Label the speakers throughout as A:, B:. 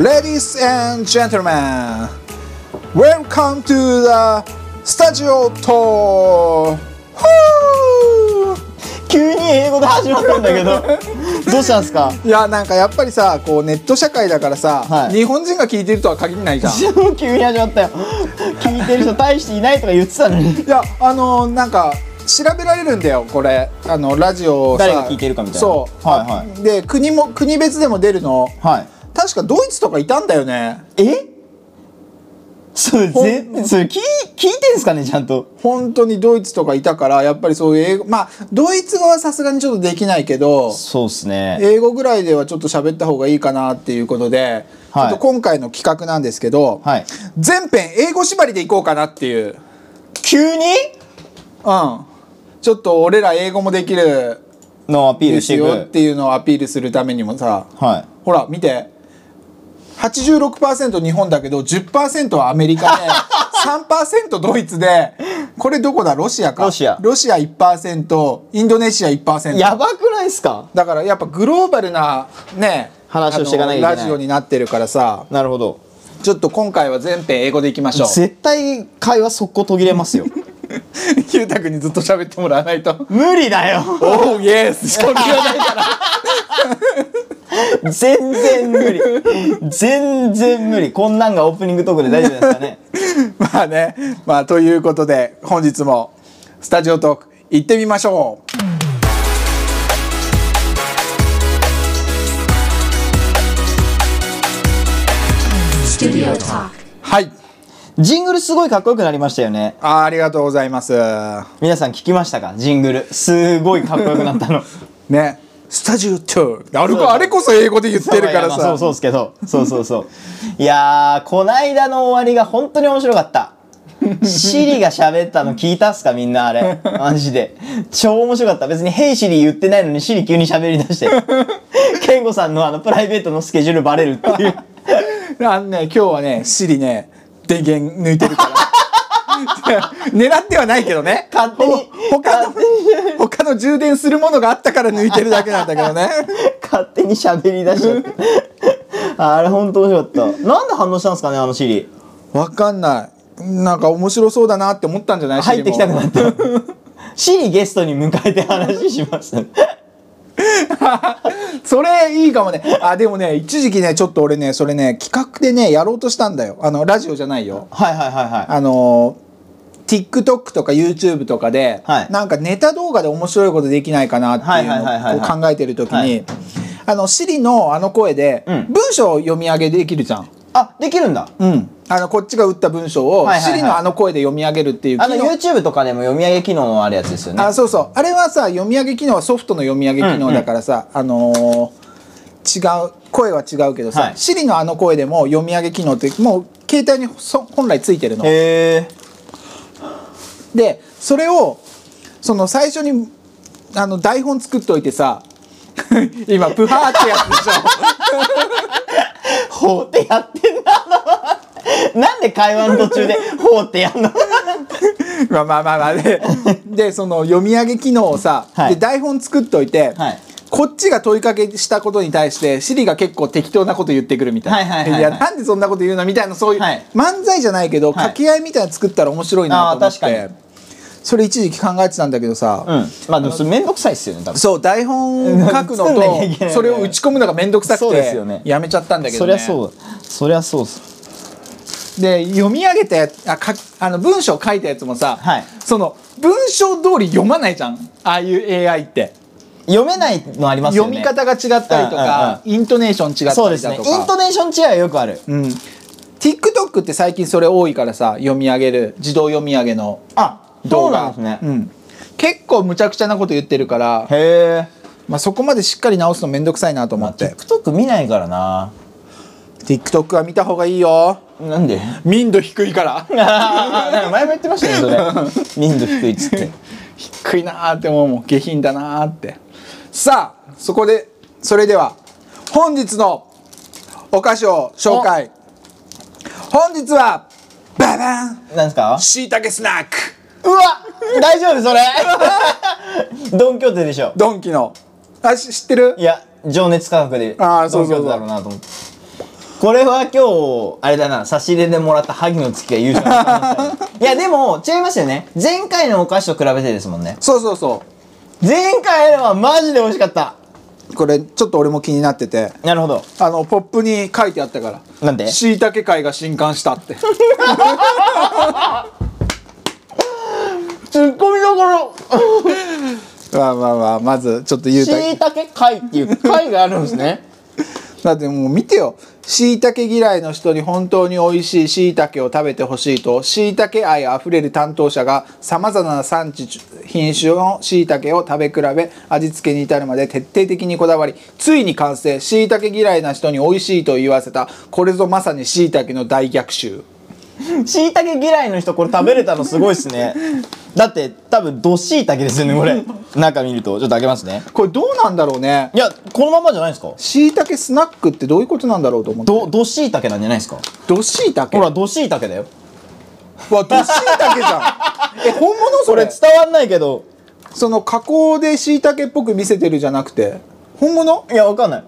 A: Ladies and gentlemen, welcome to the studio tour! ふー
B: 急に英語で始まるんだけ どどうしたんです か
A: いやなんかやっぱりさこうネット社会だからさ、
B: はい
A: 日本人が聞いてるとは限らないじゃんい
B: 急に始まったよ聞いてる人大していないとか言ってたのに
A: やあのなんか調べられるんだよこれあのラジオをさ
B: 誰が聞いてるかみたいな
A: そう、
B: はいは
A: で国も国別でも出るの
B: はい
A: 確かドイツとかいたんだよね
B: えそれぜそれ聞い聞いてんすかねちゃんと
A: 本当にドイツとかいたからやっぱりそういう英語まあドイツ語はさすがにちょっとできないけど
B: そうっすね
A: 英語ぐらいではちょっと喋った方がいいかなっていうことで、
B: はい
A: ちょっと今回の企画なんですけど、
B: はい
A: 全編英語縛りでいこうかなっていう。
B: 急に
A: うん、ちょっと俺ら英語もできる
B: のアピールしていく
A: よっていうのをアピールするためにもさ
B: は
A: ほら見て86%日本だけど10%はアメリカ で3%ドイツでこれどこだロシアか
B: ロシア
A: ロシア1%インドネシア1%
B: いやばくないっすか
A: だからやっぱグローバルなね
B: 話をしていかなきゃいけ
A: あ
B: ない
A: のラジオになってるからさ
B: なるほど
A: ちょっと今回は全編英語でいきましょう
B: 絶対会話速攻途切れますよ
A: ゆうたくんにずっと喋ってもらわないと
B: 無理だよ
A: おおイエスしか言わないから
B: 全然無理全然無理こんなんがオープニングトークで大丈夫ですかね
A: まあね、まあということで本日もスタジオトーク行ってみましょう。
C: Studio Talk.
A: はい、
B: ジングルすごいかっこよくなりましたよね
A: あーありがとうございます。
B: 皆さん聞きましたかジングルすごいかっこよくな ったの
A: ね、スタジオトーク。あれ
B: そう
A: あれこそ英語で言ってるから
B: いやまあそうそ
A: さ。
B: うですけどそうそうそういやーこないだの終わりが本当に面白かったシリが喋ったの聞いたっすかみんなあれマジで超面白かった別に「ヘイシリ」言ってないのにシリ急に喋りだしてケンゴさんのあのプライベートのスケジュールバレるっていう
A: あのね今日はねシリね電源抜いてる から。 狙ってはないけどね。
B: 勝手に
A: ほ他の他の充電するものがあったから抜いてるだけなんだけどね。
B: 勝手に喋りだしちゃってあれ本当面白かったなんで反応したんですかねあのシリ
A: わかんない。なんか面白そうだなって思ったんじゃない？シリも
B: 入ってきたくなったシリゲストに迎えて話します
A: それいいかもね。あ、でもね、一時期ね、ちょっと俺ね、それね、企画でね、やろうとしたんだよ。あの、ラジオじゃないよ。
B: はいはいはいはい。
A: あの、TikTok とか YouTube とかで、
B: はい
A: なんかネタ動画で面白いことできないかなっていう
B: はいはいはいはい
A: のを
B: はい
A: こう考えてる時に、
B: はい
A: あの、Siri のあの声で、
B: うん
A: 文章を読み上げできるじゃん。
B: あ、できるんだ。
A: うん。あの、こっちが打った文章を、
B: はいはいはい
A: Siri のあの声で読み上げるっていう
B: あ
A: 機
B: の、
A: 能
B: YouTube とかでも読み上げ機能のあるやつですよね。
A: あそうそうあれはさ読み上げ機能はソフトの読み上げ機能だからさ、あのー違う声は違うけどさ、
B: はい
A: Siri のあの声でも読み上げ機能ってもう携帯にそ本来ついてるの。
B: へえ。
A: でそれをその最初にあの台本作っといてさ 今プハーってやつでしょ
B: ほうってやってんだ。なんで会話の途中で、ほうってやんの
A: まあまあまあまあででその読み上げ機能をさ、
B: はい
A: で台本作っといて、
B: はい
A: こっちが問いかけしたことに対してシリが結構適当なこと言ってくるみたいな、
B: はいはいはいはい
A: やなんでそんなこと言うのみたいなそういう、
B: はい
A: 漫才じゃないけど
B: はい
A: 掛け合いみたいなの作ったら面白いなと思って、
B: あー確か
A: それ一時期考えてたんだけどさ、
B: うん。まあ、でもそれめんどくさいっすよね、多分。
A: そう台本書くの
B: 作んなきゃいけ
A: と
B: ない
A: それを打ち込むのが面倒くさく
B: そうです
A: て
B: よね
A: やめちゃったんだけど、
B: そ
A: ね
B: りゃそうだ。そりゃそうっす。
A: で読み上げたやつあかあの文章書いたやつもさ、
B: はい
A: その文章通り読まないじゃんああいう AI って、
B: 読めないのありますよ
A: 読み
B: ね。
A: 方が違ったりとか、イントネーション違ったりだとか
B: そうですね。イントネーション違いはよくある。
A: うん、TikTok って最近それ多いからさ読み上げる自動読み上げの
B: あ、ど
A: 動
B: うなん
A: 画
B: ですね。
A: うん、結構むちゃくちゃなこと言ってるから、
B: へえ。
A: まあ、そこまでしっかり直すのめんどくさいなと思
B: まあ、
A: って、
B: TikTok 見ないからな。
A: TikTok は見た方がいいよ
B: なんで
A: 民度低いから
B: あ ーなんか前も言ってましたね、そ れ。民度低いっつって。
A: 低いなーって思うもん下品だなーってさあそこでそれでは本日のお菓子を紹介本日はババン
B: なんですか
A: しいたけスナック
B: うわ大丈夫それ ドンキョーテでしょ
A: ドンキのあし知ってる
B: いや情熱価格で
A: あーそうそうそう
B: ドンキョーテだろうなと思ってこれは今日、あれだな、差し入れでもらった萩の月が優勝の可能 性あるいや、でも、違いますよね。前回のお菓子と比べてですもんね。
A: そうそうそ
B: 前回のはマジで美味しかった。
A: うこれちょっと俺も気になってて
B: なるほど。
A: あのポップに書いてあったから
B: なんで
A: しいたけ界が震撼したって
B: ツッコミどころ。
A: まあまあまあまずちょっと言うた
B: しいたけ貝っていう貝があるんですね。
A: だってもう見てよしいたけ嫌いの人に本当に美味しいしいたけを食べてほしいとしいたけ愛あふれる担当者がさまざまな産地品種のしいたけを食べ比べ味付けに至るまで徹底的にこだわりついに完成しいたけ嫌いな人に美味しいと言わせたこれぞまさにしいたけの大逆襲
B: しいたけ嫌いの人これ食べれたのすごいっすね。だって多分どしいたけですよね これ。中見るとちょっと開けますね。
A: これどうなんだろうね
B: いやこのまんまじゃないですか。
A: しいたけスナックってどういうことなんだろうと思って
B: どどしいたけなんじゃないですか。
A: どしいたけ
B: ほ
A: わ
B: らどしいたけだよ。
A: どしいたけじゃん え本物そ
B: これ
A: れ
B: 伝わんないけど。
A: その加工でしいたけっぽく見せてるじゃなくて本物
B: いやわかんない。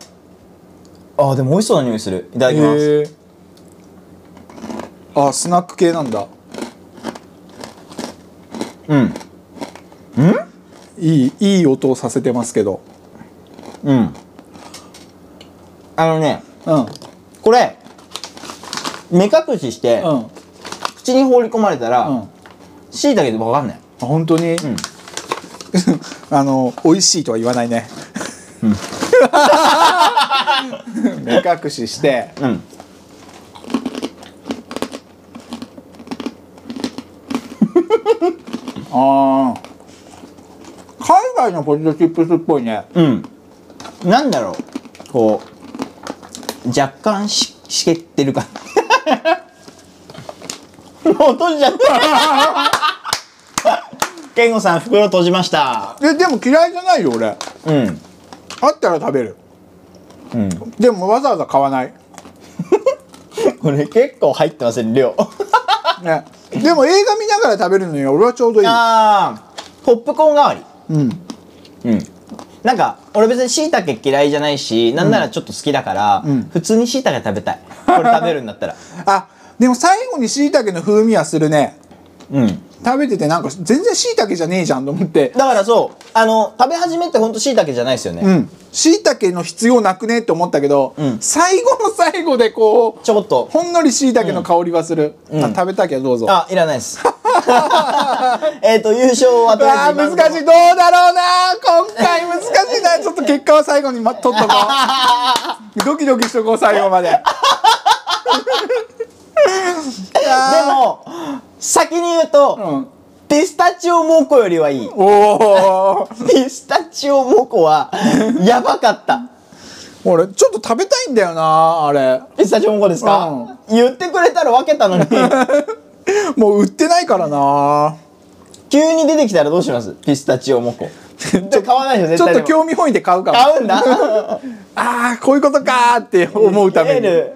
B: あーでも美味しそうな匂いする。いただきます。
A: へえあスナック系なんだ
B: うん
A: いいいい音をさせてますけど
B: うん。あのね
A: うんうん
B: これ目隠しして、
A: あ
B: 口に放り込まれたら、
A: うん
B: しいたけでもわかんない。
A: 本当に、 あの美味しいとは言わないね 目隠しして
B: うん。
A: ああ海外のポテトチップスっぽいね
B: うん。なんだろう。こう、若干し、しけってる感じ。 もう閉じちゃった。健吾さん、袋閉じました。
A: えでも嫌いじゃないよ俺あ
B: うん。
A: ったら食べる
B: うん。
A: でもわざわざ買わない
B: これ結構入ってますね、量。
A: ね、でも映画見ながら食べるのには俺はちょうどいい、
B: あー、ポップコーン代わり。
A: うん、
B: うん。なんか、俺別に椎茸嫌いじゃないし、なんならちょっと好きだから、普通に椎茸食べ たい。これ食べるんだったら。
A: あでも最後にしいたけの風味はするね
B: うん。
A: 食べててなんか全然しいたけじゃねえじゃんと思って
B: だからそう、あの、食べ始めってほんと椎茸じゃないですよね。
A: うんしいたけの必要なくねって思ったけど、
B: ん
A: 最後の最後でこう
B: ちょこっと。
A: ほんのりしいたけの香りはする、あ食べたきゃどうぞあ
B: あ、いらないです。 えっと、優勝はとりあ
A: あ
B: えず
A: 難
B: 今の
A: し
B: とこ
A: いどうだろうな今回難しい なちょっと結果は最後に、ま、取っとこうドキドキしとこう最後までいや
B: でも、先に言う
A: ーう
B: と、
A: ん
B: ピスタチオモコよりはいい。
A: おお
B: ピスタチオモコは、やばかった。
A: 俺ちょっと食べたいんだよなあれ
B: ピスタチオモコですか言ってくれたら分けたのに、
A: もう売ってないからな
B: 急に出てきたらどうしますピスタチオモコ。で買わないでし
A: ち
B: ょ、
A: ょ
B: 絶
A: っと
B: 対でも。
A: 興味本位で買うかも
B: 買うんだ。
A: ああこういうことかーって思うために
B: 見える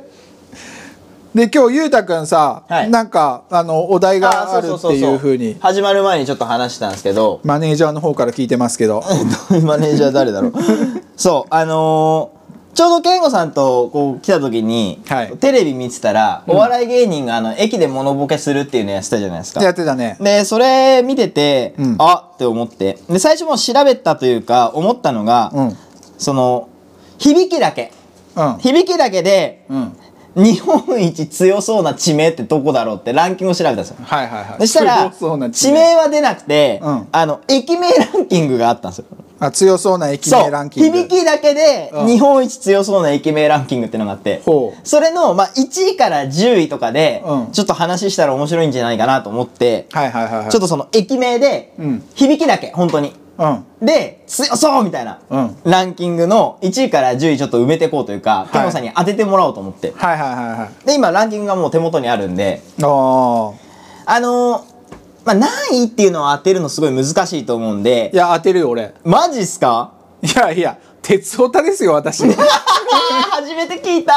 A: で今日ゆうたくんさ、
B: はい
A: なんかあのお題
B: あ
A: があるって
B: そそ
A: いう
B: そ
A: ふうに
B: 始まる前にちょっと話したんですけど、
A: マネージャーの方から聞いてますけど
B: マネージャー 誰だろうそうあのーちょうど健吾さんとこう来た時に、
A: はい
B: テレビ見てたら、お笑い芸人があの駅でモボケするっていうのやってたじゃないです
A: やっ
B: か
A: てたね
B: でそれ見てて、
A: うん
B: あって思ってで最初もう調べたというか思ったのが、
A: うん
B: その響きだけ
A: うん
B: 響きだけで
A: うん
B: 日本一強そうな地名ってどこだろうってランキングを調べたんですよ
A: はいはいはい
B: そしたら
A: 強 そうな
B: 地名は出なくて、
A: うん
B: あの駅名ランキングがあったんですよ
A: あ強そうな駅
B: そ
A: 名
B: う
A: ランキング
B: 響きだけで
A: うん
B: 日本一強そうな駅名ランキングってのがあって、
A: ほう
B: それの、まあ、1位から10位とかで、
A: うん
B: ちょっと話したら面白いんじゃないかなと思って、
A: はいはいはいはい
B: ちょっとその駅名で、
A: うん
B: 響きだけ本当に
A: うん
B: で強そうみたいな、
A: うん
B: ランキングの1位から10位ちょっと埋めていこうというか
A: い
B: ケンゴさんに当ててもらおうと思って
A: はいはいはいはい
B: で今ランキングがもう手元にあるんで
A: あ
B: あのーまあ、何位っていうのを当てるのすごい難しいと思うんで
A: あいや当てるよ俺
B: マジっすか
A: いやいや鉄オタですよ私
B: 初めて 聞いた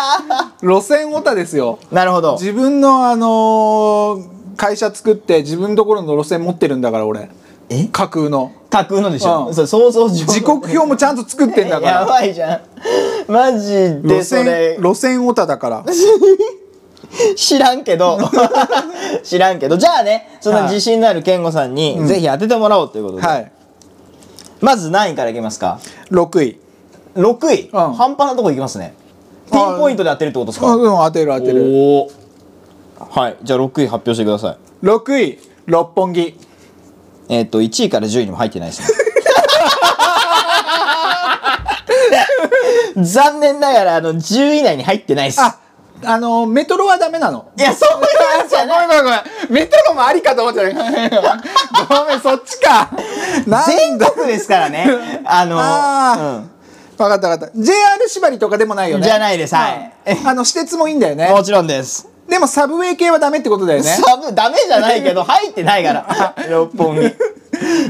A: 路線オタですよ
B: なるほど
A: 自分のあのー会社作って自分のところの路線持ってるんだから俺
B: え
A: 架空の
B: 架空のでしょ、
A: うん
B: それ想像上
A: 時刻表もちゃんと作ってんだか
B: や
A: ら
B: ばいじゃんマジで
A: 路
B: それ
A: 線路線オタだから
B: 知らんけど 知らんけどじゃあねその自信のある健吾さんに、ぜひ当ててもらおうということで、
A: はい
B: まず何位からいきますか
A: 6位
B: 6位、
A: うん
B: 半端なとこいきますねピンポイントで当てるってことですか、
A: うんうん当てる当てる
B: おおはいじゃあ6位発表してください
A: 6位六本木
B: えっ、と1位から10位にも入ってな いですね残念ながらあの10位以内に入ってないです
A: ああのメトロはダメなの
B: いやそういうやつじゃない
A: ごめんごめんごめんメトロもありかと思ってたごめんそっちかなん
B: 全
A: だ
B: 国ですからねあの
A: あ分かった分かった JR 縛りとかでもないよね
B: じゃないですはい
A: うんあの私鉄もいいんだよ
B: うん、も
A: ね
B: ちろんです、
A: でもサブウェイ系はダメってことだよね
B: サブダメじゃないけど入ってないから 六本木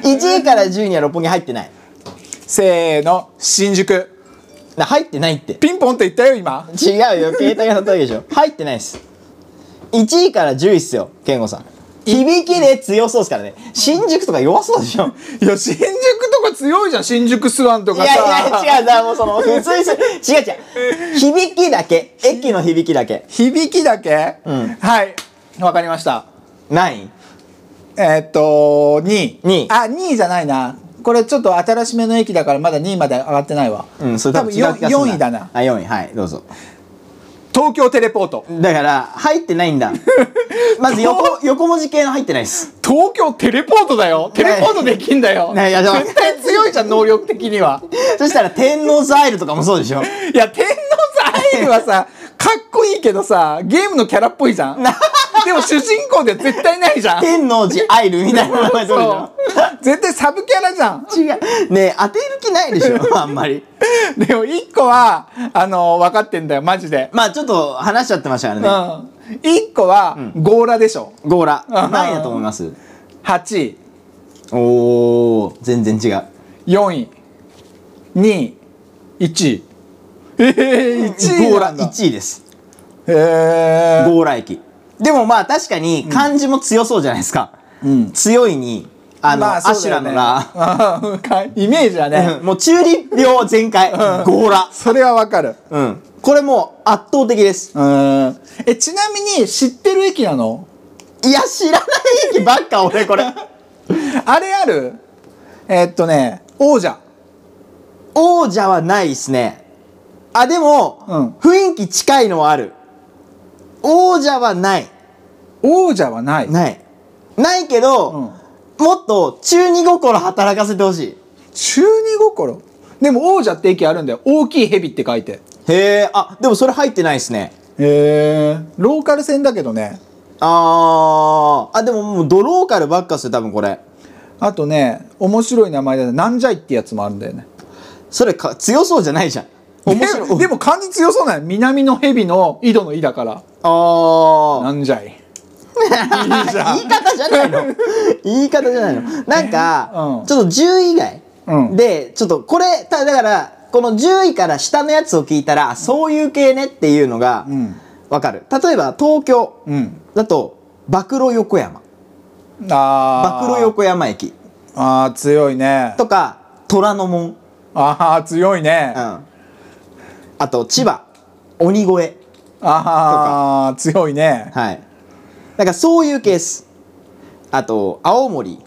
B: 1位から10位には六本木入ってない
A: せーの新宿
B: な入ってないって
A: ピンポンって言ったよ今
B: 違うよ携帯が鳴ったわけでしょ入ってないです1位から10位っすよ健吾さん響きで強そうですからね新宿とか弱そうでし ょ
A: いや新宿とか強いじゃん新宿スワンと
B: い
A: か
B: や
A: さ
B: いや違うだからもうその普通にす違う 違う響きだけ駅の響きだけ
A: 響きだけ、
B: ん
A: はいわかりました
B: 何位
A: えーっと2位
B: 二位
A: あ2位じゃないなこれちょっと新しめの駅だからまだ2位まで上がってないわ、
B: うんそれ
A: 多
B: 多
A: 分
B: 分違う気がする
A: 4, 位だな
B: あ4位はいどうぞ
A: 東京テレポート
B: だから入ってない んだまず横横文字系の入ってないです
A: 東京テレポートだよテレポートできんだよ、
B: ねいやでも
A: 絶対強いじゃん能力的には
B: そしたら天王ザイルとかもそうでしょ
A: いや天皇ザイルはさ かっこいいけどさゲームのキャラっぽいじゃんでも主人公では絶対ないじ ゃん
B: 天王寺アイルみたいな名前そうでし
A: そ
B: ょ
A: う絶対サブキャラじゃん
B: 違うねえ当てる気ないで しょあんまり
A: でも一個はあの分かってんだよマジで
B: まあちょっと話しちゃってましたか
A: う
B: らね
A: ん一個はゴーラでしょ
B: ゴーラ
A: あ
B: 何位だと思います
A: 8位
B: おお全然違う
A: 4位2位1位ええー、1位
B: ゴー
A: な
B: ラ
A: んだ
B: 1位です
A: へえ
B: ゴーラ駅でもまあ確かに漢字も強そうじゃないですか、
A: ん
B: 強いにあの、アシュラのラ
A: のライメージはね、
B: もう中立病全開、ゴーラ
A: それはわかる
B: うんこれもう圧倒的です
A: うんえちなみに知ってる駅なの
B: いや知らない駅ばっか俺これ
A: あれあるえーっとね王者
B: 王者はないですねあでも、
A: うん
B: 雰囲気近いのはある王者はない
A: 王者はない
B: ないないけど、もっと中二心働かせてほしい
A: 中二心でも王者って駅あるんだよ大きい蛇って書いて
B: へえあでもそれ入ってないですね
A: へえローカル線だけどね
B: あーあでももうドローカルばっかっすよ多分これ
A: あとね面白い名前だねなんじゃいってやつもあるんだよね
B: それか強そうじゃないじゃん面白い
A: でもでも漢字強そうなんよ南の蛇の井戸の井だから
B: あ
A: なんじゃい
B: あ言い方じゃないの 言い方じゃないのなんか、
A: うん
B: ちょっと10位以外、
A: うん
B: でちょっとこれただからこの10位から下のやつを聞いたら、あそういう系ねっていうのが
A: ん
B: わかる、例えば東京
A: うん
B: だと暴露横山
A: あ
B: 暴露横山駅
A: あー強いね
B: とか虎ノ門、うん、
A: ああ強いね、
B: あと千葉鬼越
A: ああ強いね
B: はい。なんかそういうケース。あと、青森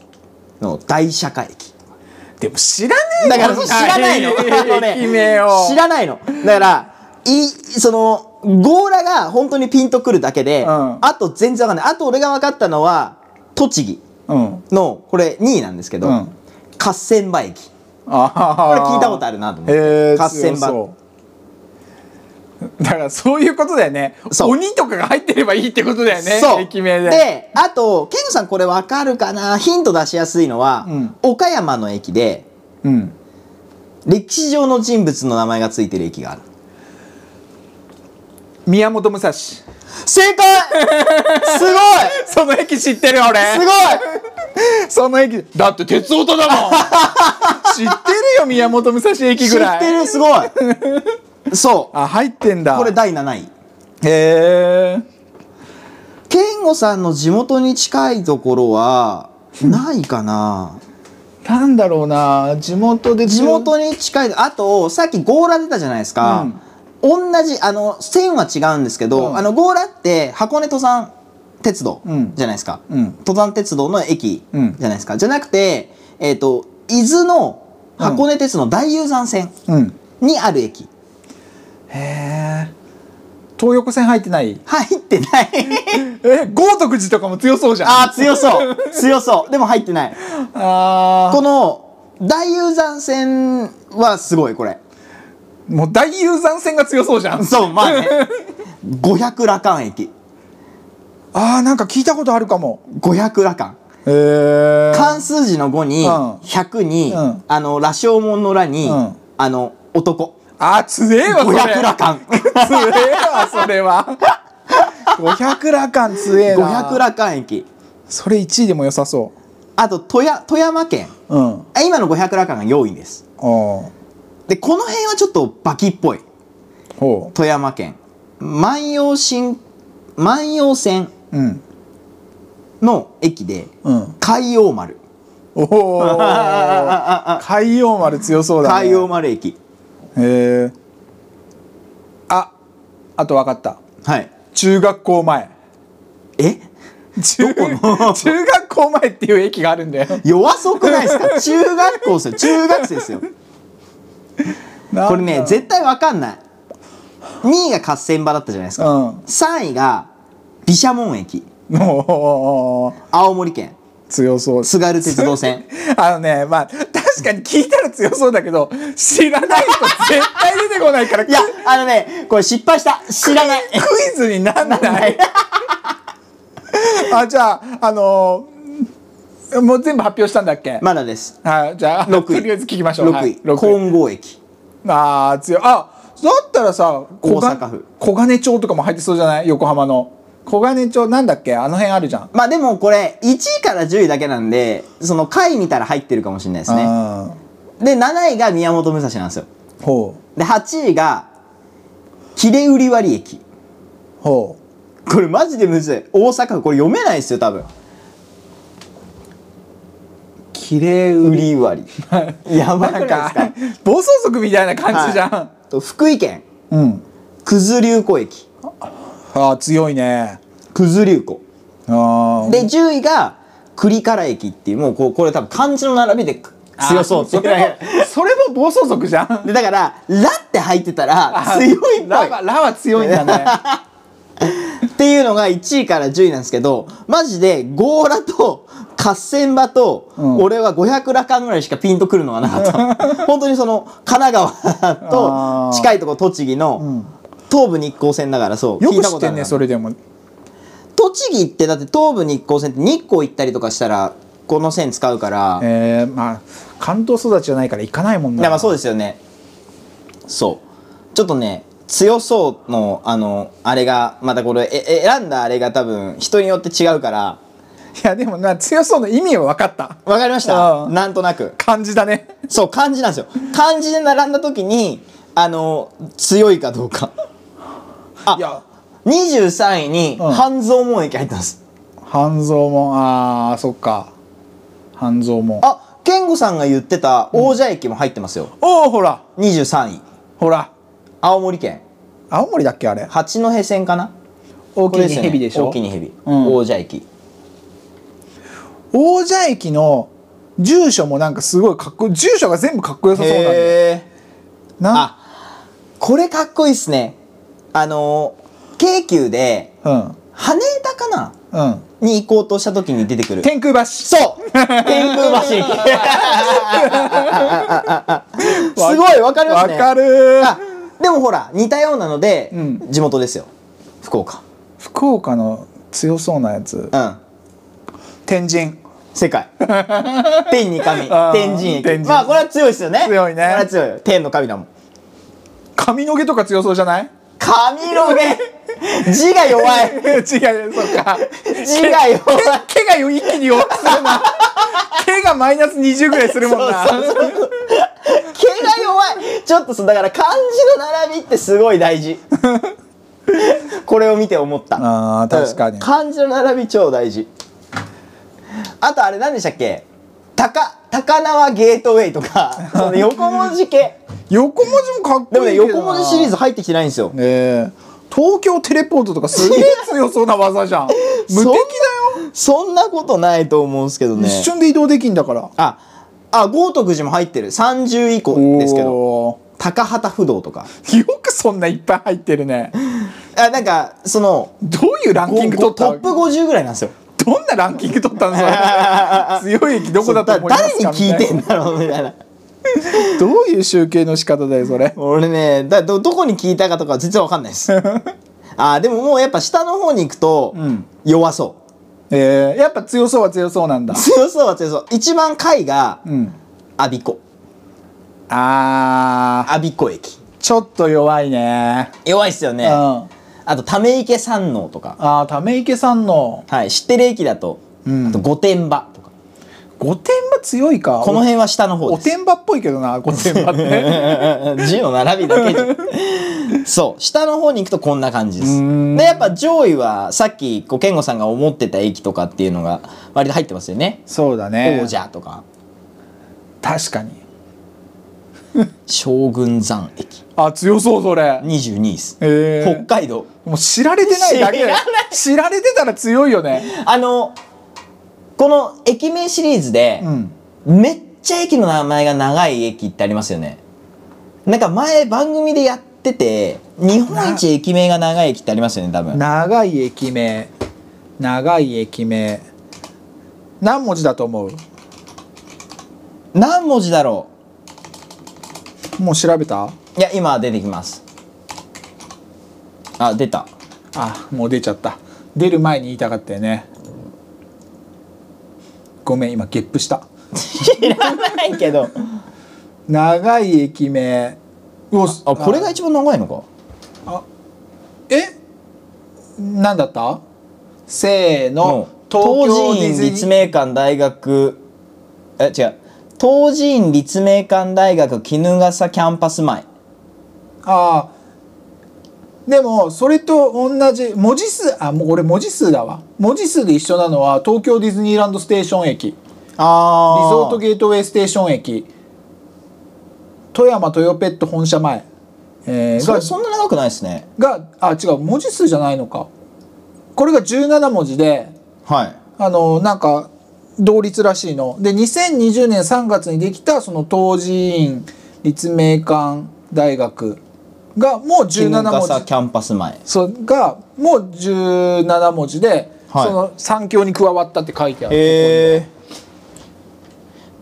B: の大社会駅。
A: でも知らねえよ
B: だから知らないの。あのね
A: 駅名を
B: 知らないの。だから、い、その、ゴーラが本当にピンとくるだけで、
A: うん
B: あと全然わかんない。あと俺が分かったのは、栃木
A: うん
B: の、これ2位なんですけど、
A: うん
B: 合戦場駅。
A: あ
B: こ
A: こ
B: れ聞いたことあるなと思って。
A: へえ
B: 合戦場。
A: そうだからそういうことだよね
B: そう
A: 鬼とかが入ってればいいってことだよね
B: そう。
A: 駅名で
B: で、あと、ケンゴさんこれわかるかなヒント出しやすいのは、
A: うん
B: 岡山の駅で、
A: うん
B: 歴史上の人物の名前がついてる駅がある
A: 宮本武蔵そ
B: 正解 すごい
A: の駅知ってる
B: すご
A: 俺
B: い
A: その駅だって鉄オタだもん 知ってるよ宮本武蔵駅
B: 知
A: ぐら
B: っ
A: い
B: てる すごいそう
A: あ入ってんだ
B: これ第7位
A: へえ
B: 健吾さんの地元に近いところはないかな
A: なんだろうな地元で
B: 地元に近いあとさっきゴーラ出たじゃないですか、同じあの線は違うんですけど、
A: うん
B: あのゴーラって箱根登山鉄道
A: うん
B: じゃないですか、
A: うん
B: 登山鉄道の駅じゃ
A: うん
B: ないですか、じゃなくて、えっと伊豆の箱根鉄道の大遊山線
A: うん
B: にある駅
A: へえ東横線入ってない
B: 入ってない
A: え豪徳寺とかも強そうじゃん
B: ああ強そう強そうでも入ってない
A: あ
B: この大遊山線はすごいこれ
A: ーもう大遊山線が強そうじゃん
B: そうまあ ね500羅漢駅
A: あーなんか聞いたことあるかも
B: 500羅漢
A: へえ
B: 漢数字の5に
A: うん
B: 100に、
A: うん
B: あの羅生門の羅に、
A: うん
B: あの 男
A: あー強えわそれ
B: 500羅漢
A: 強えわそれは500羅漢強えな
B: 500羅漢駅
A: それ1位でも良さそ
B: あと富山富山県
A: ううんあ
B: あ今の500羅漢が4位です
A: あほ
B: でこの辺はちょっとバキっぽいう富山県万葉新万葉線
A: うん
B: の駅で
A: うん
B: 海 王丸
A: お お海洋丸強そうだね
B: 海王丸駅
A: へえああと分かった
B: はい
A: 中学校前
B: え
A: 中 中学校前っていう駅があるんだよ
B: 弱そうくないで すか中学校ですよ中学生ですよこれね
A: なんだ
B: 絶対わかんない2位が合戦場だったじゃないですか、
A: うん
B: 3位が毘沙門駅
A: もう
B: 青森県
A: 強そう
B: 津軽鉄 道線
A: あのねまあ確かに聞いたら強そうだけど知らないと絶対出てこないから
B: いやあのねこれ失敗した 知らない
A: クイズになん ない。あじゃああのーもう全部発表したんだっけ。
B: まだです
A: はいじゃあ
B: 6位
A: とりあえず聞きましょう。
B: 6位、
A: はい
B: 金剛駅
A: ああ強い。あだったらさ小金
B: 大阪府
A: 小金町とかも入ってそうじゃない横浜の小金町なんだっけあの辺あるじゃん。
B: まあでもこれ1位から10位だけなんでその下位見たら入ってるかもしれないですね
A: あ
B: で7位が宮本武蔵なんですよ
A: ーほ
B: で8位が切れ売り割駅
A: うほう。
B: これマジでむずい大阪府これ読めないですよ多分
A: 綺麗
B: 売
A: 売り。
B: り割りやばく
A: ない
B: な
A: ん
B: ですか
A: か暴走族みたいな感じじゃん。
B: はいと福井県
A: うん。
B: 九頭竜湖駅
A: ああ強いね。
B: 九頭竜湖
A: ああ。
B: で10位が栗原駅っていうもうこうこれ多分漢字の並びでく強そうって
A: それもそれも暴走族じゃん。
B: でだから「ラ」って入ってたら強いっぽ
A: ラは、ラは強いんだね。
B: いっていうのが1位から10位なんですけどマジで強羅と合戦場と、
A: うん
B: 俺は500羅漢ぐらいしかピンとくるのがなか った本当にその神奈川
A: あ
B: と
A: ー
B: 近いとこ栃木の、
A: ん
B: 東武日光線だからそう
A: よ
B: 聞い
A: く
B: た
A: 知っ
B: ことあ
A: て
B: る
A: ん
B: な
A: ね、それでも。
B: 栃木ってだって東武日光線って日光行ったりとかしたらこの線使うから、
A: えー、まあ、関東育ちじゃないから行かないもん
B: い
A: な。。
B: やまあそうですすよねそうちょっとね強そうのあのあれがまたこれええ選んだあれが多分人によって違うから
A: いや、でもな、強そうの意味は分かった。
B: わかりました
A: うん
B: なんとなく
A: 感じだね。
B: そう漢字なんですよ漢字で並んだ時にあの強いかどうかあ
A: いや、
B: 23位に
A: うん
B: 半蔵門駅入ってます、
A: 半蔵門、ああ、そっか。半蔵門。
B: あ健吾さんが言ってた王者駅も入ってますよ、
A: おお、ほら、
B: 23位
A: ほら。
B: 青森県
A: 青森だっけ、あれ。
B: 八戸線かな
A: 大
B: こ
A: き
B: れ
A: い
B: すね
A: ヘビでしょ。
B: 大きに蛇、
A: うん
B: 王者駅
A: 王者駅の住所もなんかすごいかっこいい。住所が全部かっこよさそうなんだよ。
B: へえ
A: な、
B: あこれかっこいいっすねあのー京急で
A: うん。
B: 羽田かな
A: うん。
B: に行こうとした時に出てくる
A: 天空橋。
B: そう天空橋駅 すごいわかりますね
A: わかるー
B: あでもほら似たようなので、
A: うん
B: 地元ですよ福岡
A: 福岡の強そうなやつ
B: うん
A: 天神
B: 世界天に神
A: あー
B: 天神駅
A: 天神
B: まあこれは強いですよね
A: 強いね
B: これは強いよ天の神だもん
A: 髪の毛とか強そうじゃない
B: 髪の毛字が弱い
A: 違うそっ か
B: 字が弱い
A: 毛毛がよ一気に弱くする な毛がマイナス20ぐらいするもんな
B: そうそうそう毛が弱いちょっとそうだから漢字の並びってすごい 大事これを見て思った
A: あー確かに
B: うん漢字の並び超大事あとあれ何でしたっけ高高輪ゲートウェイと か、その横文字系。
A: 横文字もかっ
B: で
A: こ
B: も
A: いいけ
B: ね、
A: どな
B: 横文字シリーズ入ってきてないんですよ。
A: ねえ東京テレポートとかすげえ強そうな技じゃん無敵だよ、
B: そんなことないと思うんですけどね。
A: 一瞬で移動できんだから
B: あ、あ、豪徳寺も入ってる。30以降ですけど。
A: お
B: 高畑不動とか。
A: ーよくそんないっぱい入ってるね
B: あ、なんか、その、
A: どういうラン
B: ご
A: キング取
B: ご
A: っ
B: ト
A: た
B: ップ50ぐらいな んですよ。
A: どんなランキング取った のそれ強い駅どこだと思います
B: 誰に
A: か
B: 聞いて
A: み
B: んだろうみたいな。
A: たいなどういう集計の仕方だよそれ
B: 俺ねだどどこに聞いたかとか全然わかんない ですあーでももうやっぱ下の方に行くと
A: ん
B: 弱そう、
A: えー、やっぱ強そうは強そうなんだ
B: 強そうは強そう一番下位が
A: うん
B: 我孫子
A: あ
B: 我孫子駅
A: ーちょっと弱いね
B: 弱いっすよね、
A: うん
B: あ
A: あ
B: とため池山王とか、
A: ーため池さんの
B: はい、知ってる駅だと,、
A: うん
B: あと御殿場とか
A: 御殿場強いか
B: この辺は下の方
A: お
B: です
A: てんばっぽいけどな、御殿場っ て。
B: 字の並びだけでそう下の方に行くとこんな感じです
A: ん
B: でやっぱ上位はさっきこう健吾さんが思ってた駅とかっていうのが割と入ってますよね
A: そうだね。
B: 王者とか
A: 確かに。
B: 将軍山駅
A: あ、強そう、それ。
B: 22位です、
A: へー
B: 北海道
A: もう知られてないだけで
B: 知らない
A: 知られてたら強いよね。
B: あのこの駅名シリーズで
A: う、ん。
B: めっちゃ駅の名前が長い駅ってありますよねなんか前番組でやってて日本一駅名が長い駅ってありますよね多分
A: 長い駅名。長い駅名。何文字だと思う
B: 何文字だろ
A: もう調べた
B: ういや今出てきますあ出た
A: あ、もう出ちゃった。出る前に言いたかったよね。ごめん、今、ゲップした。
B: 知らないけど
A: 長い駅名。うわ
B: あこれが一番長いのか
A: えなんだったせーの
B: の
A: 東
B: 東
A: 京ディズ
B: 寺院
A: ニ
B: 立
A: ー
B: 命館大学え違う東寺院立命館大学衣笠キャンパス前
A: ああでもそれと同じ文字数あもう俺文字数だわ文字数で一緒なのは東京ディズニーランドステーション駅リ
B: あ
A: ゾートゲートウェイステーション駅富山トヨペット本社前、えー
B: そ
A: が
B: れそんな長くないですね
A: があ違う文字数じゃないのかこれが17文字で
B: はい
A: あのなんか同率らしいので2020年3月にできたその東寺院立命館大学がもう
B: 衣
A: 17文
B: 笠
A: 字
B: キャンパス前
A: そうがもう17文字で、
B: はい
A: その三強に加わったって書いてある
B: へえ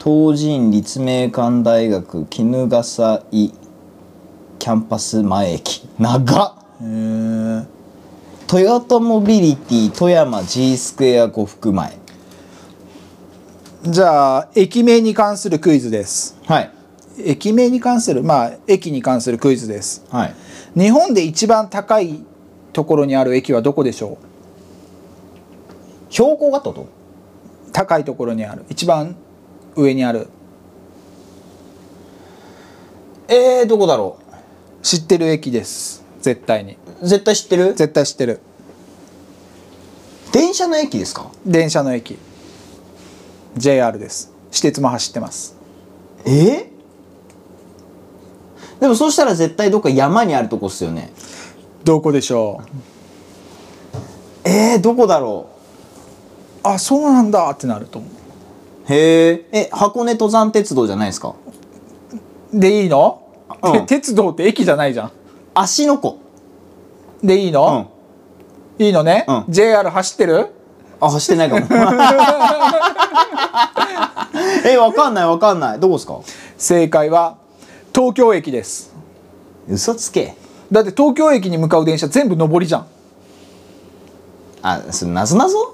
B: 東寺院立命館大学衣笠井キャンパス前駅長っ
A: へー
B: トヨタモビリティ富山 G スクエア呉服前
A: じゃあ駅名に関するクイズです
B: はい
A: 駅名に関するまあ駅に関するクイズです
B: はい
A: 日本で一番高いところにある駅はどこでしょ
B: 標高がってこと
A: う高いところにある一番上にある
B: えー、どこだろ
A: 知ってる駅です絶対に
B: う絶対知ってる
A: 絶対知ってる
B: 電車の駅ですか
A: 電車の駅 JR です私鉄も走ってます
B: えでもそうしたら絶対どっか山にあるとこっすよね
A: どこでしょう
B: えー、どこだろ
A: あそうなんだってなると思
B: うへええ箱根登山鉄道じゃないですか
A: うでいいの、
B: うん
A: て鉄道って駅じゃないじゃん
B: 芦ノ湖
A: でいいうの、いいのね、
B: うん
A: JR 走ってる
B: あ走ってないかも えわかんないわかんないどこですか
A: 正解は東京駅です
B: 嘘つけ
A: だって東京駅に向かう電車全部上りじゃん
B: あそれなぞなぞ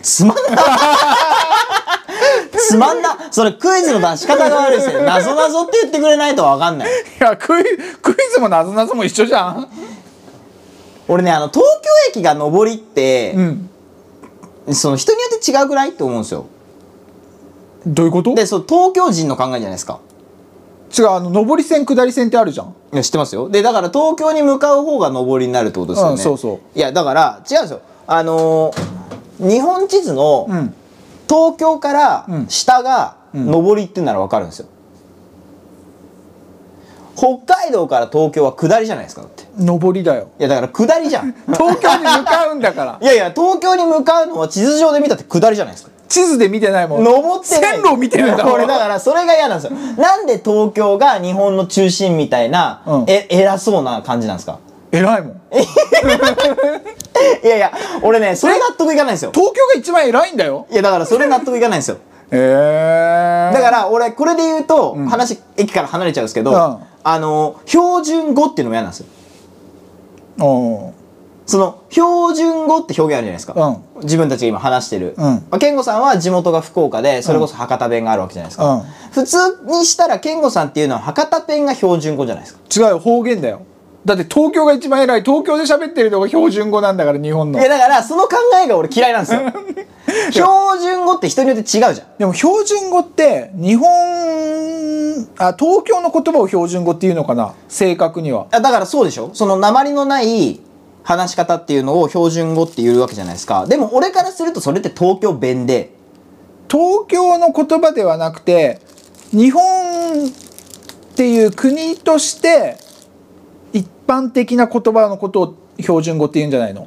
B: つまんな つまんなそれクイズの出し方が悪いですねなぞなぞって言ってくれないとわかんない
A: いやクイクイズもなぞなぞも一緒じゃん
B: 俺ねあの東京駅が上りって
A: う、ん
B: その人によって違うくらいって思うんですよ
A: どういうこと
B: でそう東京人の考えじゃないですか
A: 違うあの上り線下り線ってあるじゃん
B: いや知ってますよでだから東京に向かう方が上りになるってことですよね、
A: うんそうそう
B: いやだから違うんですよあのー日本地図の
A: うん
B: 東京から
A: うん
B: 下が上りってんならわかるんですよ北海道から東京は下りじゃないですかだってい
A: 上りだよ
B: やだから下りじゃん
A: 東京に向かうんだから
B: いやいや東京に向かうのは地図上で見たって下りじゃないですか
A: 地図で見てないもん
B: 登ってない
A: 線路を見てるんだもん
B: 俺だからそれが嫌なんですよなんで東京が日本の中心みたいな、
A: うん
B: え偉そうな感じなんですか
A: 偉いもん
B: いやいや俺ねそれ納得いかないんですよ
A: 東京が一番偉いんだよ
B: いやだからそれ納得いかないんですよ
A: ええー、
B: だから俺これで言うと話駅から離れちゃうんですけど、
A: うん
B: あの標準語っていうのも嫌なんですよ
A: お
B: その標準語って表現あるじゃないですか、自分たちが今話してる、
A: うん
B: まあ、健吾さんは地元が福岡でそれこそ博多弁があるわけじゃないですか、
A: うん
B: 普通にしたら健吾さんっていうのは博多弁が標準語じゃないですか
A: 違うよ方言だよだって東京が一番偉い東京で喋ってるのが標準語なんだから日本の
B: いやだからその考えが俺嫌いなんですよ標準語って人によって違うじゃん
A: でも標準語って日本あ東京の言葉を標準語っていうのかな正確には
B: あだからそうでしょその鉛のない話し方っていうのを標準語って言うわけじゃないですかでも俺からするとそれって東京弁で
A: 東京の言葉ではなくて日本っていう国として一般的な言葉のことを標準語って言うんじゃないの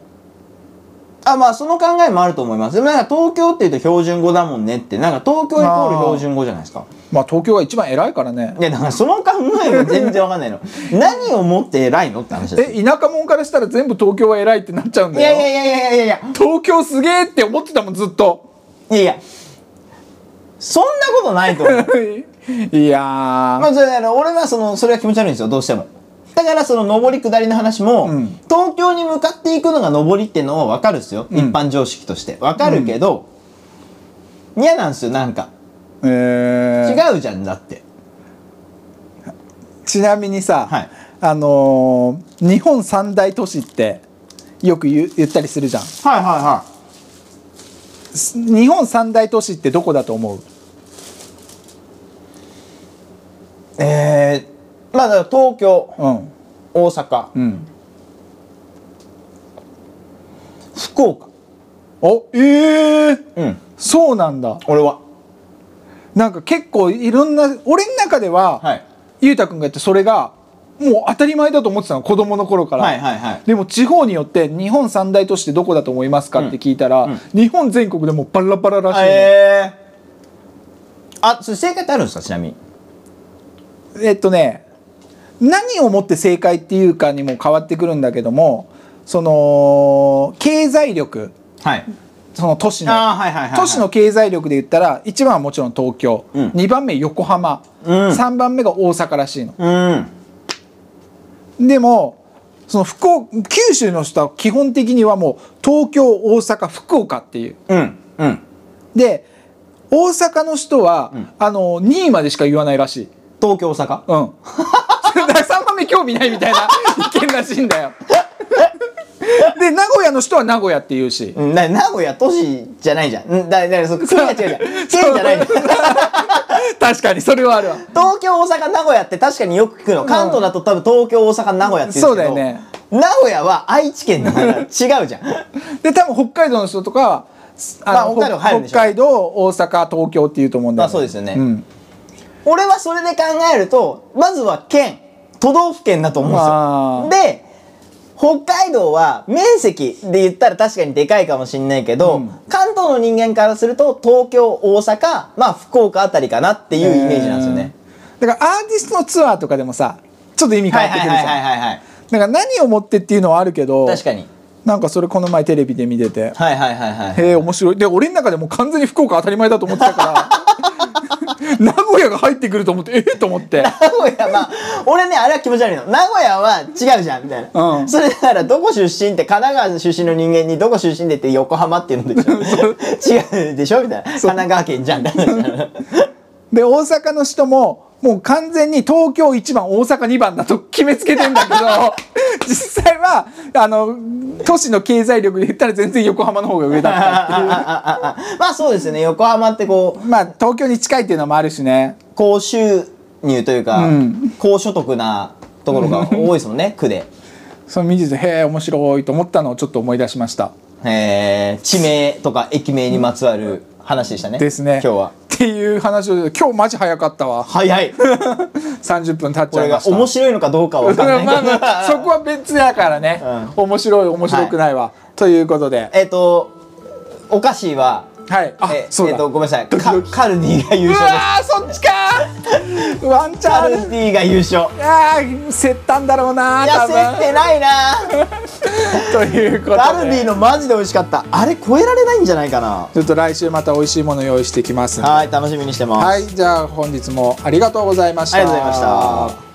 B: あまあその考えもあると思いますでもなんか東京って言うと標準語だもんねってなんか東京イコール標準語じゃないですか
A: まあ東京が一番偉いからね
B: いやだからその考えが全然わかんないの 何をもって偉いのって話ですよ
A: え田舎者からしたら全部東京は偉いってなっちゃうん
B: い
A: だよ
B: やいやいやいやいやいや
A: 東京すげえって思ってたもんずっと
B: いやいやそんなことないと思う
A: いや
B: ま
A: ー
B: あ、それあの俺はそのそれは気持ち悪いんですよどうしてもだからその上り下りの話も、
A: うん
B: 東京に向かっていくのが上りってのは分かるですよ、
A: ん
B: 一般常識として分かるけど、嫌なんですよなんか
A: えー
B: 違うじゃんだって
A: ちなみにさ、
B: はい
A: あのー日本三大都市ってよく言う言ったりするじゃん
B: はいはいは
A: す日本三大都市ってどこだと思う
B: いえー、まあだから東京
A: うん
B: 大阪、
A: うん
B: 福岡
A: おええ
B: うん
A: そうなんだ
B: 俺は
A: なんか結構いろんな俺の中では、
B: はい
A: ゆうたくんがやってそれがもう当たり前だと思ってたの子供の頃から、
B: はいはいはい
A: でも地方によって日本三大都市ってどこだと思いますかって聞いたら、
B: んうん
A: 日本全国でもうバラバラらしいの、
B: えー、あそれ正解ってあるんですかちなみに
A: えっとね何をもって正解っていうかにも変わってくるんだけどもその経済力
B: はい
A: その都市の、
B: あーはいはいはいはい
A: 都市の経済力で言ったら1番はもちろん東京、
B: うん
A: 2番目横浜、
B: うん
A: 3番目が大阪らしいの。
B: うん
A: でもその福岡九州の人は基本的にはもう東京大阪福岡っていう。
B: うんうん
A: で大阪の人は、
B: ん
A: あの2位までしか言わないらしい。
B: 東京大阪
A: うん。だから3番目興味ないみたいな意見らしいんだよ。 で名古屋の人は名古屋って言うし。
B: うんな名古屋都市じゃないじゃん。うんだだからそそれが違うじゃん。違うじゃないじゃん。
A: 確かにそれはあるわ。
B: 東京大阪名古屋って確かによく聞くの。関東だと多分東京大阪名古屋って言う
A: そ
B: んですけど。
A: うだよね。
B: 名古屋は愛知県だから違うじゃん。
A: で多分北海道の人とかはあ
B: まあ
A: の
B: 北海道入るんでしょ
A: 北海道大阪東京って言うと思うんだ
B: まあそうですよね
A: ん
B: 俺はそれで考えるとまずは県都道府県だと思うんですよ。で北海道は面積で言ったら確かにでかいかもしんないけど、
A: うん
B: 関東の人間からすると東京大阪まあ福岡あたりかなっていうイメージなんですよね。
A: だからアーティストのツアーとかでもさちょっと意味変
B: は
A: わ
B: い
A: って
B: はい
A: くるじ
B: はい
A: ゃん
B: はいはい。
A: だから何を持ってっていうのはあるけど
B: 確かに。
A: なんかそれこの前テレビで見てて
B: はいはいはいはい。
A: へえ面白いで俺の中でもう完全に福岡当たり前だと思ってたから 名古屋が入ってくると思ってええと思って
B: 名古屋は、俺ね、あれは気持ち悪いの。名古屋は違うじゃん、みたいな。
A: うん
B: それだから、どこ出身って、神奈川の出身の人間に、どこ出身でって横浜って言うのでしょ。違うでしょみたいな。神奈川県じゃん、みたいな。
A: で大阪の人ももう完全に東京1番大阪2番だと決めつけてんだ けど実際はあの都市の経済力で言ったら全然横浜の方が上だ ったっていう
B: あああまあそうですよね、横浜ってこう、
A: まあ東京に近いっていうのもあるしね
B: 高収入というか、
A: うん
B: 高所得なところが多いですもんね、区で。
A: その見ててへえ面白いと思ったのをちょっと思い出しました
B: えー、地名とか駅名にまつわる話でしたね。
A: ですね
B: 今日は。
A: っていう話を今日マジ早かったわ
B: 早い。
A: 30分経っち
B: こ
A: ゃ
B: れ
A: いま
B: が
A: した
B: 面白いのかどうかは分かんない け
A: まあ
B: ど。
A: まあそこは別やからね、面白い面白くないわ、ということで
B: えっと、お菓子は、
A: はいあ
B: え
A: そう
B: え
A: だ、
B: っと、ごめんなさい。
A: ドキド
B: カ
A: キ
B: カルディが優
A: う
B: 勝です。
A: わーそっちかワンチャン
B: カ
A: あ
B: ル
A: る
B: ディが優勝。
A: あー競ったんだろうな多
B: 痩せて
A: 分
B: ないな。
A: ということで
B: カルディのマジで美味しかった。あれ超えられないんじゃないかな。
A: ちょっと来週また美味しいもの用意してきますんで
B: はい、楽しみにしてます。
A: はい、じゃあ本日もありがとうございました。
B: ありがとうございました。